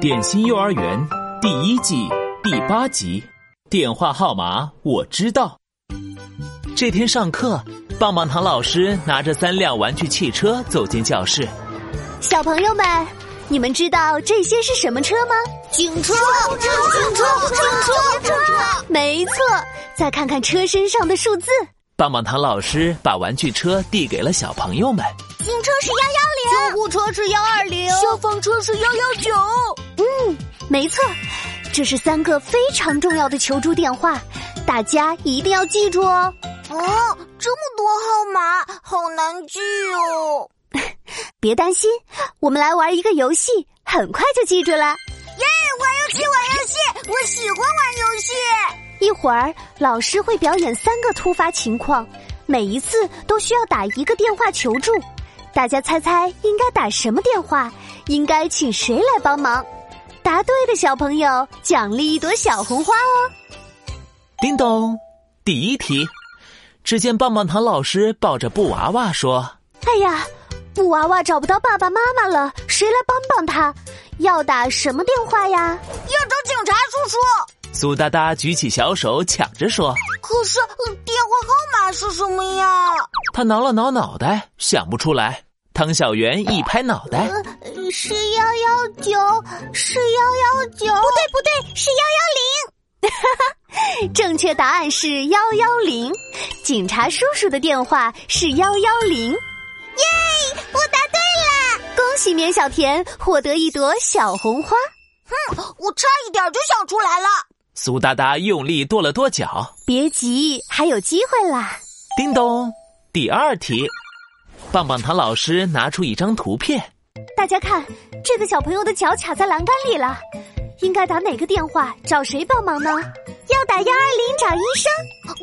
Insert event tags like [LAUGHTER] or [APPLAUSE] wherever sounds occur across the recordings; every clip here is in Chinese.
点心幼儿园》第一季第八集，电话号码我知道。这天上课，棒棒糖老师拿着三辆玩具汽车走进教室。小朋友们，你们知道这些是什么车吗？警车，警车，警车，车。没错，再看看车身上的数字。棒棒糖老师把玩具车递给了小朋友们。警车是幺幺零，救护车是幺二零，消防车是幺幺九。嗯，没错，这是三个非常重要的求助电话，大家一定要记住哦。哦，这么多号码，好难记哦。别担心，我们来玩一个游戏，很快就记住了。耶！玩游戏，玩游戏，我喜欢玩游戏。一会儿老师会表演三个突发情况，每一次都需要打一个电话求助。大家猜猜应该打什么电话？应该请谁来帮忙？答对的小朋友奖励一朵小红花哦。叮咚，第一题，只见棒棒糖老师抱着布娃娃说：“哎呀！”布娃娃找不到爸爸妈妈了，谁来帮帮他？要打什么电话呀？要找警察叔叔。苏哒哒举起小手抢着说：“可是呃电话号码是什么呀？”他挠了挠脑袋，想不出来。汤小圆一拍脑袋：“呃、是幺幺九，是幺幺九，不对不对，是幺幺零。” [LAUGHS] 正确答案是幺幺零，警察叔叔的电话是幺幺零。耶！我答对了，恭喜绵小甜获得一朵小红花。哼、嗯，我差一点就想出来了。苏哒哒用力跺了跺脚。别急，还有机会啦！叮咚，第二题，棒棒糖老师拿出一张图片，大家看，这个小朋友的脚卡在栏杆里了，应该打哪个电话？找谁帮忙呢？要打幺二零找医生，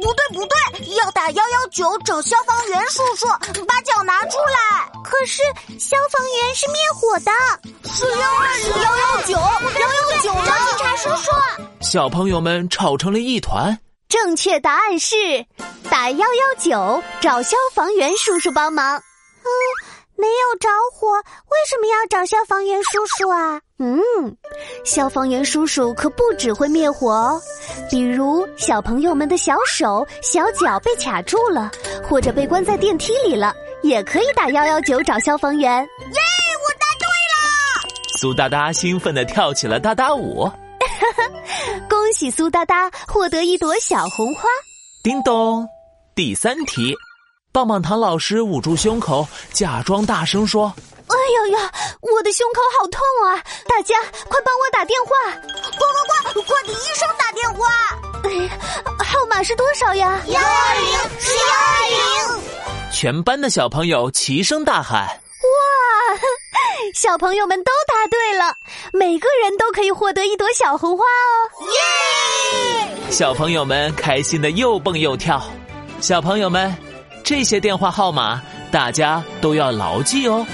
不对不对，要打幺幺九找消防员叔叔，把脚拿出来。可是消防员是灭火的，是幺二幺幺九幺幺九找警察叔叔。小朋友们吵成了一团。正确答案是打幺幺九找消防员叔叔帮忙。嗯，没有着火，为什么要找消防员叔叔啊？嗯，消防员叔叔可不只会灭火哦。比如小朋友们的小手、小脚被卡住了，或者被关在电梯里了，也可以打幺幺九找消防员。耶！我答对了！苏哒哒兴奋地跳起了哒哒舞。恭喜苏哒哒获得一朵小红花。叮咚，第三题，棒棒糖老师捂住胸口，假装大声说。哎呀呀！我的胸口好痛啊！大家快帮我打电话！快快快，快给医生打电话！哎，号码是多少呀？幺二零是幺二零！全班的小朋友齐声大喊：哇！小朋友们都答对了，每个人都可以获得一朵小红花哦！耶！小朋友们开心的又蹦又跳。小朋友们，这些电话号码大家都要牢记哦。